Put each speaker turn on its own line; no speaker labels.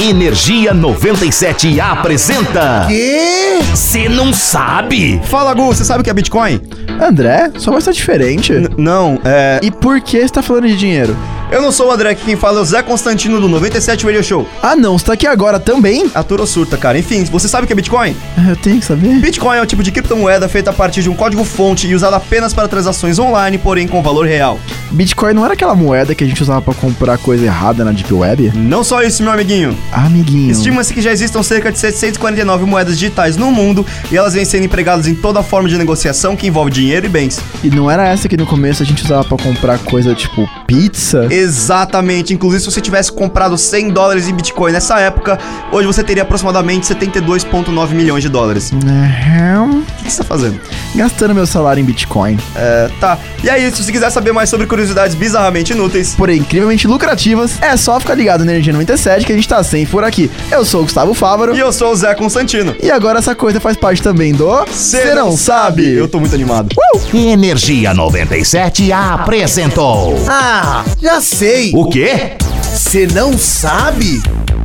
Energia 97 apresenta.
Quê?
Você não sabe?
Fala, Gu, você sabe o que é Bitcoin?
André, sua voz tá diferente.
N- não, é.
E por que você tá falando de dinheiro?
Eu não sou o André, aqui quem fala é o Zé Constantino do 97 Radio Show.
Ah não, você tá aqui agora também?
A Toro surta, cara. Enfim, você sabe o que é Bitcoin?
Ah, Eu tenho que saber.
Bitcoin é um tipo de criptomoeda feita a partir de um código-fonte e usada apenas para transações online, porém com valor real.
Bitcoin não era aquela moeda que a gente usava pra comprar coisa errada na Deep Web?
Não só isso, meu amiguinho.
Amiguinho.
Estima-se que já existam cerca de 749 moedas digitais no mundo e elas vêm sendo empregadas em toda forma de negociação que envolve dinheiro e bens.
E não era essa que no começo a gente usava pra comprar coisa tipo pizza?
Exatamente. Inclusive, se você tivesse comprado 100 dólares em Bitcoin nessa época, hoje você teria aproximadamente 72,9 milhões de dólares.
Aham.
O que que você tá fazendo?
Gastando meu salário em Bitcoin.
É, tá. E é isso. Se quiser saber mais sobre curiosidades bizarramente inúteis,
Porém, incrivelmente lucrativas, é só ficar ligado na Energia 97 que a gente tá sempre por aqui. Eu sou o Gustavo Fávaro.
e eu sou o Zé Constantino.
E agora essa coisa faz parte também do.
Cê não sabe. Eu tô muito animado.
Energia 97 apresentou.
Ah, já sei.
O quê?
Você não sabe?